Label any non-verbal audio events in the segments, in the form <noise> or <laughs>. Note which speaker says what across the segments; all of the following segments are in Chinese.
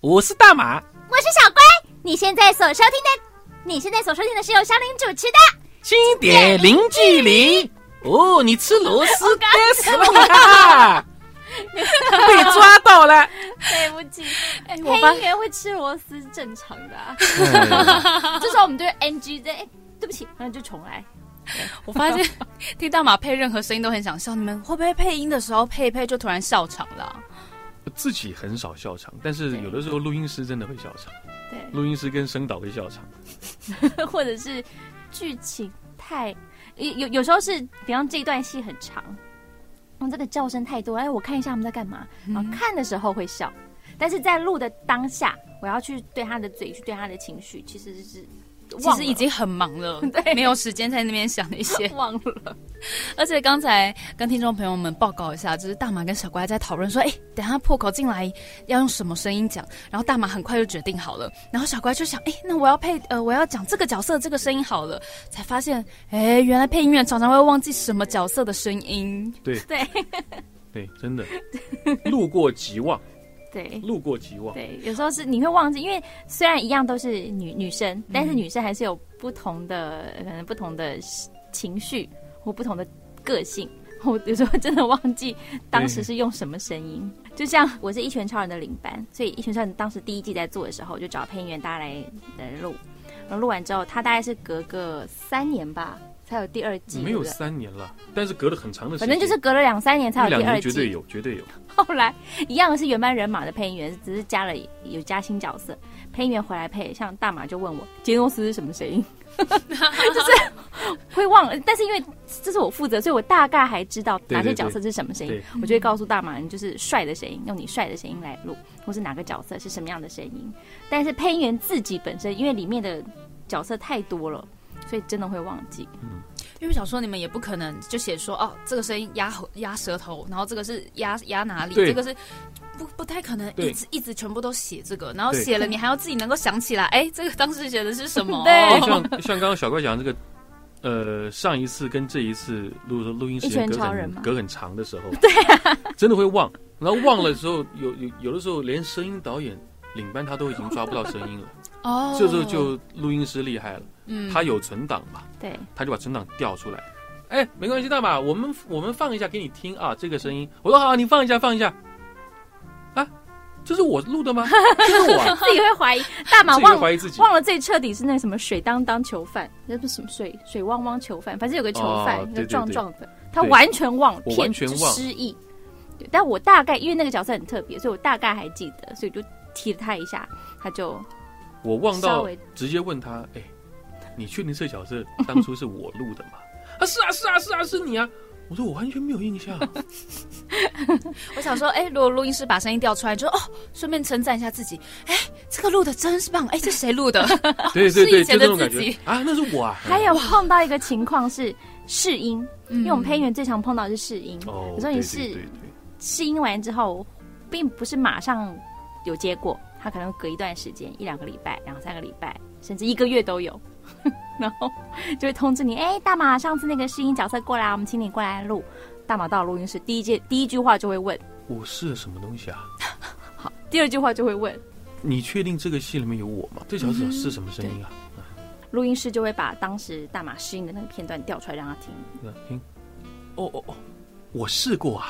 Speaker 1: 我是大马，
Speaker 2: 我是小乖。你现在所收听的，你现在所收听的是由小领主持的。
Speaker 1: 经典零距离。哦，你吃螺丝干什么啊？被抓到了！
Speaker 3: 对不起，
Speaker 4: 哎，我发
Speaker 3: 黑人会吃螺丝正常的、啊。
Speaker 1: 哎
Speaker 3: <laughs> 这时候我们就会 NG 的，哎，对不起，然后就重来。
Speaker 4: 我发现 <laughs> 听大马配任何声音都很想笑，你们会不会配音的时候配一配就突然笑场了啊、
Speaker 5: <laughs> 自己很少笑场，但是
Speaker 3: 对
Speaker 5: 有的时候录音师真的会笑场，
Speaker 3: 对，
Speaker 5: 录音师跟声导会笑场。
Speaker 3: <laughs> 或者是剧情太有有有时候是，比方这一段戏很长，然后这个叫声太多，哎，我看一下他们在干嘛。然后看的时候会笑，但是在录的当下，我要去对他的嘴，去对他的情绪，其实是
Speaker 4: 其
Speaker 3: 忘
Speaker 4: 实
Speaker 3: 了
Speaker 4: 已经很忙了，
Speaker 3: <laughs> 对。
Speaker 4: 没有时间在那边想那些
Speaker 3: <laughs> 忘了。
Speaker 4: 而且刚才跟听众朋友们报告一下，就是大马跟小乖在讨论说，哎，等一下破口进来要用什么声音讲，然后大马很快就决定好了，然后小乖就想，哎，那我要配呃我要讲这个角色这个声音好了，才发现，哎，原来配音员常常会忘记什么角色的声音。 <laughs>
Speaker 3: <laughs> 对
Speaker 5: 对，
Speaker 3: <laughs>
Speaker 5: 真的，路过即忘，
Speaker 3: 对
Speaker 5: 路过即忘。
Speaker 3: 对，有时候是你会忘记，因为虽然一样都是女女生，但
Speaker 5: 嗯
Speaker 3: 是女生还是有不同的呃可能不同的情绪或不同的个性。我有时候真的忘记当时是用什么声音，就像我是一拳超人的领班，所以一拳超人当时第一季在做的时候，我就找配音员大家来来录，然后录完之后，他大概是隔个三年吧才有第二季，
Speaker 5: 没有
Speaker 3: 对不对
Speaker 5: 三年了，但是隔了很长的时
Speaker 3: 反
Speaker 5: 间，
Speaker 3: 正就是隔了两三年才
Speaker 5: 一
Speaker 3: 有
Speaker 5: 两
Speaker 3: 第二
Speaker 5: 年
Speaker 3: 季，
Speaker 5: 绝对有，
Speaker 3: <laughs>
Speaker 5: 绝对有。
Speaker 3: 后来一样是原班人马的配音员，只是加了有加新角色，配音员回来配，像大马就问我杰诺斯是什么声音，就是会忘了，但是因为这是我负责，所以我大概还知道哪些角色是什么声音，
Speaker 5: 对
Speaker 3: 我就会告诉大马，你就是帅的声音，用你帅的声音来录，或是哪个角色是什么样的声音。但是配音员自己本身，因为里面的角色太多了，所以真的会忘记。
Speaker 4: 因为我想说你们也不可能就写说哦，这个声音压喉压舌头，然后这个是压压哪里，
Speaker 5: 对
Speaker 4: 这个是不不太可能
Speaker 5: 对
Speaker 4: 一直一直全部都写这个，然后
Speaker 5: 对
Speaker 4: 写了你还要自己能够想起来，哎，这个当时写的是什
Speaker 5: <laughs>
Speaker 4: 么？
Speaker 3: 对
Speaker 5: 像像刚刚小怪讲的这个，呃，上一次跟这一次录录音时间
Speaker 3: 一拳
Speaker 5: 隔
Speaker 3: 超人啊
Speaker 5: 很
Speaker 3: 嘛
Speaker 5: 隔很长
Speaker 3: <laughs>
Speaker 5: 的时候，对、真的会忘。然后忘了之后， <laughs> 有有有的时候连声音导演领班他都已经抓不到声
Speaker 3: <laughs>
Speaker 5: 音了，
Speaker 4: 哦
Speaker 5: 这时候就录音师厉害了，
Speaker 4: 嗯
Speaker 5: 他有存档嘛，
Speaker 3: 对，
Speaker 5: 他就把存档调出来。哎，没关系，大马，我们我们放一下给你听啊，这个声音。我说好，你放一下，放一下。啊，这是我录的
Speaker 3: <laughs>
Speaker 5: 吗？这是我啊、
Speaker 3: 自己会怀疑，大马
Speaker 5: 自己
Speaker 3: 忘
Speaker 5: 会
Speaker 3: 了
Speaker 5: 怀疑自己。
Speaker 3: 忘了最彻底是那什么水当当囚犯，那不是什么水水汪汪囚犯，反正有个囚犯，
Speaker 5: 哦
Speaker 3: 一个
Speaker 5: 对对
Speaker 3: 壮
Speaker 5: 对
Speaker 3: 壮的，他
Speaker 5: 对
Speaker 3: 完全忘了，
Speaker 5: 我
Speaker 3: 骗
Speaker 5: 完全
Speaker 3: 就
Speaker 5: 忘
Speaker 3: 失忆。对，但我大概因为那个角色很特别，所以我大概还记得，所以我就提了他一下，他就
Speaker 5: 我忘
Speaker 3: 稍
Speaker 5: 到
Speaker 3: 微
Speaker 5: 直接问他，哎，你确定这角色当初是我录的吗？啊，是啊，是啊，是啊，是你啊！我说我完全没有
Speaker 3: <laughs>
Speaker 5: 印象，
Speaker 4: 我想说，哎，如果录音师把声音调出来，就哦，顺便称赞一下自己，哎，这个录的真是棒，哎，这谁录的？
Speaker 5: 对对
Speaker 4: 是以
Speaker 5: 对，
Speaker 4: 前
Speaker 5: 就
Speaker 4: 的
Speaker 5: 这种感
Speaker 4: 自己
Speaker 5: 觉啊，那是我啊。
Speaker 3: 还有碰到一个情况是试音， <laughs> 因为我们配音员最常碰到的是试音，
Speaker 5: 哦，
Speaker 3: 我说你
Speaker 5: 对
Speaker 3: 是
Speaker 5: 对对对
Speaker 3: 试音完之后，并不是马上有结果，他可能隔一段时间，一两个礼拜、两三个礼拜，甚至一个月都有。 <laughs> 然后就会通知你，哎，大马，上次那个试音角色过来，我们请你过来录。大马到了录音室，第一句第一句话就会问，
Speaker 5: 我是什么东西啊？
Speaker 3: 第二句话就会问，
Speaker 5: 你确定这个戏里面有我吗？这角
Speaker 3: 嗯
Speaker 5: 色是什么声音啊？
Speaker 3: 录音师就会把当时大马试音的那个片段调出来让他听， <laughs>
Speaker 5: 那听，哦哦哦，我试过啊。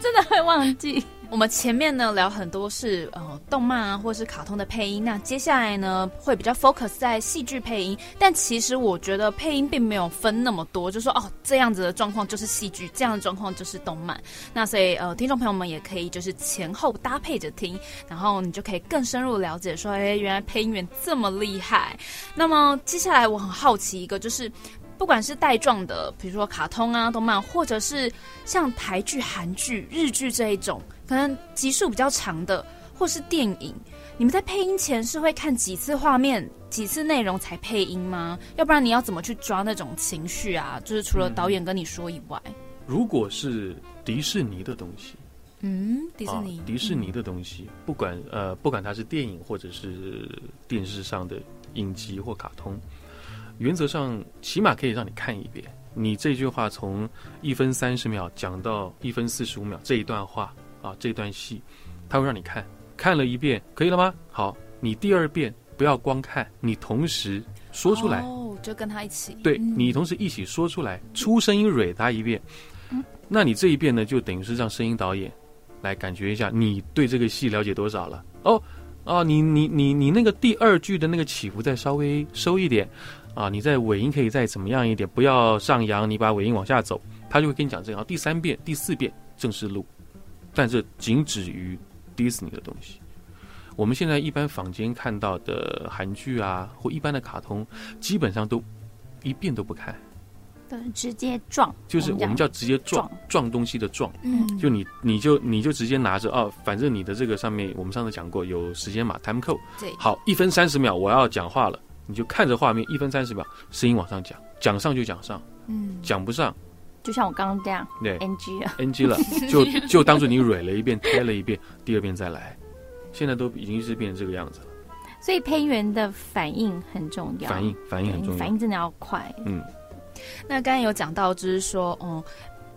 Speaker 3: 真的会忘记。
Speaker 4: 我们前面呢聊很多是呃动漫啊，或是卡通的配音，那接下来呢会比较 focus 在戏剧配音，但其实我觉得配音并没有分那么多，就说哦这样子的状况就是戏剧，这样的状况就是动漫，那所以呃听众朋友们也可以就是前后搭配着听，然后你就可以更深入了解说，哎原来配音员这么厉害。那么接下来我很好奇一个就是。不管是带状的，比如说卡通啊、动漫，或者是像台剧、韩剧、日剧这一种，可能集数比较长的，或是电影，你们在配音前是会看几次画面、几次内容才配音吗？要不然你要怎么去抓那种情绪啊？就是除了
Speaker 5: 嗯
Speaker 4: 导演跟你说以外，
Speaker 5: 如果是迪士尼的东西，
Speaker 4: 嗯，迪士尼，
Speaker 5: 啊、迪士尼的东西，不管呃，不管它是电影或者是电视上的影集或卡通，原则上起码可以让你看一遍。你这句话从一分三十秒讲到一分四十五秒这一段话啊，这段戏，它会让你看。看了一遍，可以了吗？好，你第二遍不要光看，你同时说出来，
Speaker 4: 哦，就跟他一起。嗯
Speaker 5: 对你同时一起说出来，出声音蕊他一遍。那你这一遍呢，就等于是让声音导演来感觉一下你对这个戏了解多少了。哦，啊，你你你你那个第二句的那个起伏再稍微收一点，啊，你在尾音可以再怎么样一点，不要上扬，你把尾音往下走，他就会跟你讲这个。然后第三遍、第四遍正式录，但这仅止于迪士尼的东西。我们现在一般坊间看到的韩剧啊，或一般的卡通，基本上都一遍都不看，
Speaker 3: 对，直接撞，
Speaker 5: 就是我
Speaker 3: 讲
Speaker 5: 们叫直接撞
Speaker 3: 撞
Speaker 5: 撞东西的撞，
Speaker 4: 嗯，
Speaker 5: 就你你就你就直接拿着哦，反正你的这个上面我们上次讲过有时间码 time code，
Speaker 4: 对
Speaker 5: 好，一分三十秒我要讲话了，你就看着画面一分三十秒，声音往上讲，讲上就讲上，
Speaker 4: 嗯，
Speaker 5: 讲不上
Speaker 3: 就像我刚刚这样啊
Speaker 5: 对
Speaker 3: NG 了，<laughs>
Speaker 5: NG 了，就就当做你蕊了一遍，开了一遍，第二遍再来，现在都已经是变成这个样子了，
Speaker 3: 所以配音员的反应很重要，
Speaker 5: 反应反应很重
Speaker 3: 反
Speaker 5: 要，
Speaker 3: 应真的要快，
Speaker 5: 嗯。
Speaker 4: 那刚才有讲到，就是说，嗯。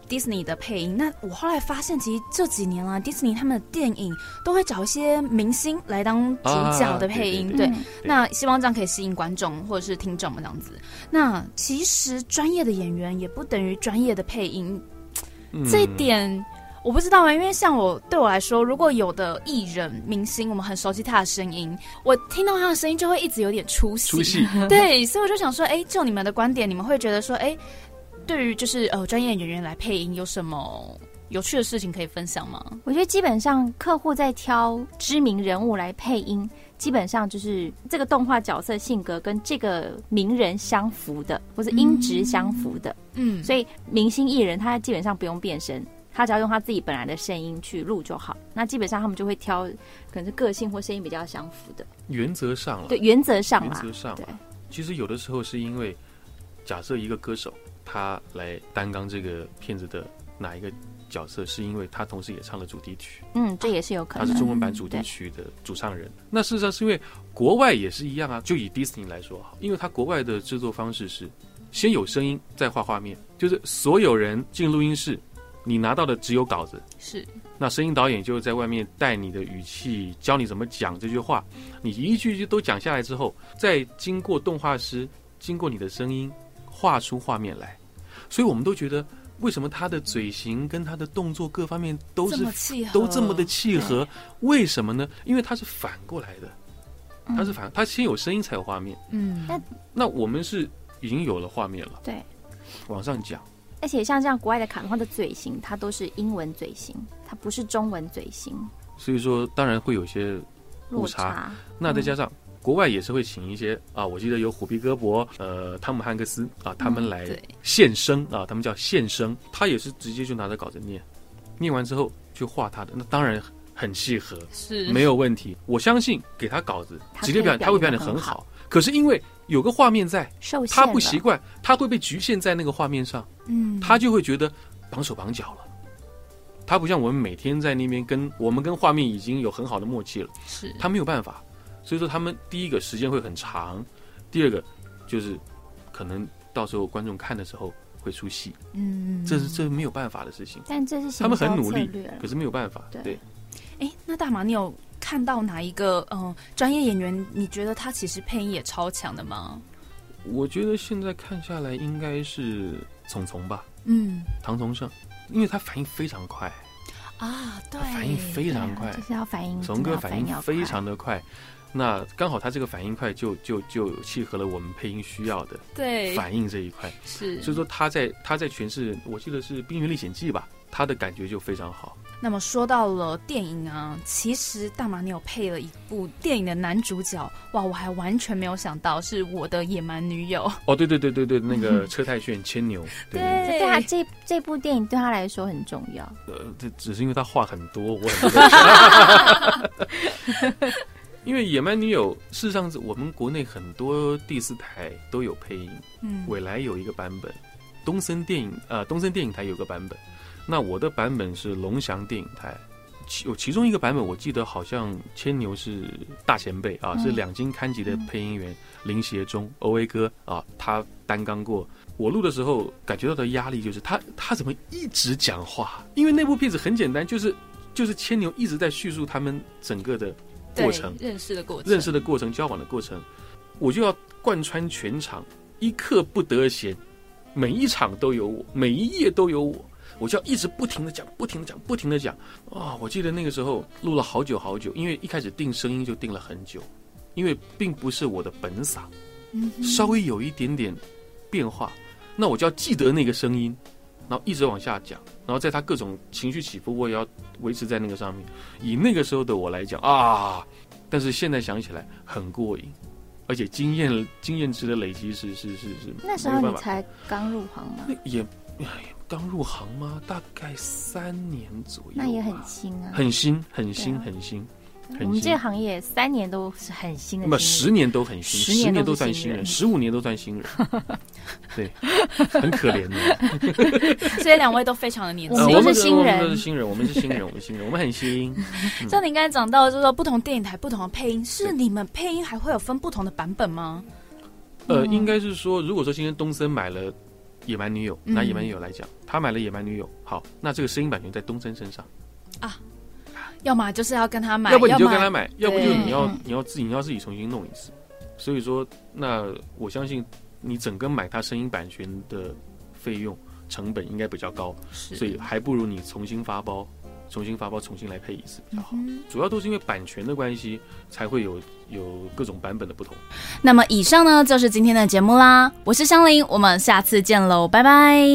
Speaker 4: 迪士尼的配音，那我后来发现，其实这几年啦，迪士尼他们的电影都会找一些明星来当主角的配音，
Speaker 5: 啊
Speaker 4: 对
Speaker 3: 嗯
Speaker 4: 那希望这样可以吸引观众或者是听众们这样子。那其实专业的演员也不等于专业的配音，
Speaker 5: 嗯
Speaker 4: 这一点我不知道啊、因为像我对我来说，如果有的艺人明星，我们很熟悉他的声音，我听到他的声音就会一直有点出戏。
Speaker 5: 出戏，
Speaker 4: <laughs>
Speaker 5: <laughs>
Speaker 4: 对，所以我就想说，哎，就你们的观点，你们会觉得说，哎，对于就是呃专业演员来配音有什么有趣的事情可以分享吗？
Speaker 3: 我觉得基本上客户在挑知名人物来配音，基本上就是这个动画角色性格跟这个名人相符的，或是音质相符的。
Speaker 4: 嗯，
Speaker 3: 所以明星艺人他基本上不用变声，他只要用他自己本来的声音去录就好。那基本上他们就会挑可能是个性或声音比较相符的。
Speaker 5: 原则上了，
Speaker 3: 对，原则上
Speaker 5: 原
Speaker 3: 啦
Speaker 5: 则，上
Speaker 3: 对，
Speaker 5: 其实有的时候是因为，假设一个歌手他来担纲这个片子的哪一个角色，是因为他同时也唱了主题曲，
Speaker 3: 嗯，这也是有可
Speaker 5: 他是中
Speaker 3: 能。
Speaker 5: 文版主题曲的主唱人。那事实上是因为国外也是一样啊，就以迪士尼来说好，因为它国外的制作方式是先有声音再画画面，就是所有人进录音室，你拿到的只有稿子，
Speaker 4: 是
Speaker 5: 那声音导演就在外面带你的语气，教你怎么讲这句话。你一句一句都讲下来之后，再经过动画师，经过你的声音，画出画面来。所以我们都觉得，为什么他的嘴型跟他的动作各方面都
Speaker 4: 这
Speaker 5: 是
Speaker 4: 么契合，
Speaker 5: 都这么的契合？为什么呢？因为他是反过来的，他是反，他先有声音才有画面。
Speaker 4: 嗯，
Speaker 5: 那我们是已经有了画面了，
Speaker 3: 对，
Speaker 5: 往上讲。
Speaker 3: 而且像这样国外的卡通，它的嘴型它都是英文嘴型，它不是中文嘴型，
Speaker 5: 所以说，当然会有些
Speaker 3: 落
Speaker 5: 误
Speaker 3: 差
Speaker 5: 差。那再加上、国外也是会请一些啊，我记得有虎皮戈博、呃汤姆汉克斯
Speaker 3: 嗯
Speaker 5: 啊，他们来
Speaker 4: 对
Speaker 5: 现声、啊，他们叫现声，他也是直接就拿着稿子念，念完之后就画他的，那当然很契合，
Speaker 4: 是
Speaker 5: 没有问题。我相信给他稿子，
Speaker 3: 他可以
Speaker 5: 直接表演，
Speaker 3: 表
Speaker 5: 他会
Speaker 3: 演
Speaker 5: 表
Speaker 3: 得
Speaker 5: 演的
Speaker 3: 很
Speaker 5: 很好。可是因为有个画面在，
Speaker 3: 受限
Speaker 5: 他
Speaker 3: 了。
Speaker 5: 不习惯，他会被局限在那个画面上。
Speaker 4: 嗯，
Speaker 5: 他就会觉得绑手绑脚了。他不像我们每天在那边跟我们跟画面已经有很好的默契了，
Speaker 4: 是
Speaker 5: 他没有办法。所以说他们第一个时间会很长，第二个就是可能到时候观众看的时候会出戏，
Speaker 4: 嗯，
Speaker 5: 这是这是没有办法的事情。
Speaker 3: 但这是
Speaker 5: 他们很努力
Speaker 3: 行销策略了，
Speaker 5: 可是没有办法，
Speaker 3: 嗯对
Speaker 5: 对，
Speaker 4: 哎，那大马，你有看到哪一个嗯、呃专业演员？你觉得他其实配音也超强的吗？
Speaker 5: 我觉得现在看下来应该是丛丛吧，
Speaker 4: 嗯
Speaker 5: 唐崇盛，因为他反应非常快，
Speaker 4: 啊，对，
Speaker 5: 反应非
Speaker 3: 对啊
Speaker 5: 常快，
Speaker 3: 就是要反应，
Speaker 5: 怂
Speaker 3: 真的
Speaker 5: 哥
Speaker 3: 要
Speaker 5: 反应
Speaker 3: 要快
Speaker 5: 非常的快，那刚好他这个反应快就，就就契合了我们配音需要的
Speaker 4: 对，
Speaker 5: 反应这一块。
Speaker 4: 是
Speaker 5: 所以说他在他在诠释，我记得是《冰原历险记》吧，他的感觉就非常好。
Speaker 4: 那么说到了电影啊，其实大马你有配了一部电影的男主角，哇，我还完全没有想到是我的野蛮女友，
Speaker 5: 哦，对对对对对，那个车太铉牵牛，对，对
Speaker 3: 对他这这部电影对他来说很重要，
Speaker 5: 对呃，这只是因为他话很多，我很多。因为《野蛮女友》事实上是我们国内很多第四台都有配音，
Speaker 4: 嗯，
Speaker 5: 未来有一个版本，东森电影呃东森电影台有个版本，那我的版本是龙翔电影台，其有其中一个版本我记得好像牵牛是大前辈啊，是两金刊集的配音员林协忠 O A 哥啊，他担纲过。我录的时候感觉到的压力就是他他怎么一直讲话，因为那部片子很简单，就是就是牵牛一直在叙述他们整个的
Speaker 4: 对
Speaker 5: 过程、
Speaker 4: 认识的过程，
Speaker 5: 认识的过程、交往的过程，我就要贯穿全场，一刻不得闲，每一场都有我，每一页都有我，我就要一直不停的讲，不停的讲，不停的讲。啊、我记得那个时候录了好久好久，因为一开始定声音就定了很久，因为并不是我的本嗓，
Speaker 4: 嗯
Speaker 5: 稍微有一点点变化，那我就要记得那个声音，然后一直往下讲，然后在他各种情绪起伏，我也要维持在那个上面。以那个时候的我来讲啊，但是现在想起来很过瘾，而且经验经验值的累积是是是是，
Speaker 3: 那时候
Speaker 5: 没有办
Speaker 3: 你
Speaker 5: 法
Speaker 3: 才刚入行嘛，
Speaker 5: 那也哎刚入行吗？大概三年左右吧，
Speaker 3: 那也很新啊。
Speaker 5: 很新，很新，
Speaker 3: 对啊
Speaker 5: 很新，
Speaker 3: 我
Speaker 5: 很
Speaker 3: 们这
Speaker 5: 新
Speaker 3: 个。行业三年都是很新的经历，
Speaker 5: 那么十年都很新，
Speaker 3: 十
Speaker 5: 十
Speaker 3: 年
Speaker 5: 年
Speaker 3: 都
Speaker 5: 都
Speaker 3: 是
Speaker 5: 算
Speaker 3: 新
Speaker 5: 新人，
Speaker 3: 人
Speaker 5: 十五年都算
Speaker 3: <laughs>
Speaker 5: 新人，对，很可怜的。
Speaker 4: 所以两位都非常的年
Speaker 3: 我们
Speaker 5: <laughs> 呃
Speaker 3: 都。是
Speaker 4: 轻
Speaker 5: 这
Speaker 3: 新
Speaker 5: 我们
Speaker 3: 人
Speaker 5: 都是新人，我们是新人，我们是新人，我们很新。
Speaker 4: 像你刚才讲到，就是说不同电影台不同的配音，是你们配音还会有分不同的版本吗？
Speaker 5: 呃，应该是说，如果说今天东森买了《野蛮女友》，拿《
Speaker 4: 嗯
Speaker 5: 野蛮女友》来讲，他买了《野蛮女友》，好，那这个声音版权在东森身上，
Speaker 4: 要么就是要跟他买，
Speaker 5: 要不你就
Speaker 4: 么
Speaker 5: 跟他买，要不就
Speaker 4: 对
Speaker 5: 你要
Speaker 3: 嗯
Speaker 5: 你要自己你要自己重新弄一次。所以说，那我相信你整个买他声音版权的费用成本应该比较高，
Speaker 4: 是
Speaker 5: 所以还不如你重新发包，重新发包，重新来配一次比较好。
Speaker 4: 嗯
Speaker 5: 主要都是因为版权的关系，才会有有各种版本的不同。
Speaker 4: 那么以上呢就是今天的节目啦，我是香菱，我们下次见喽，拜拜。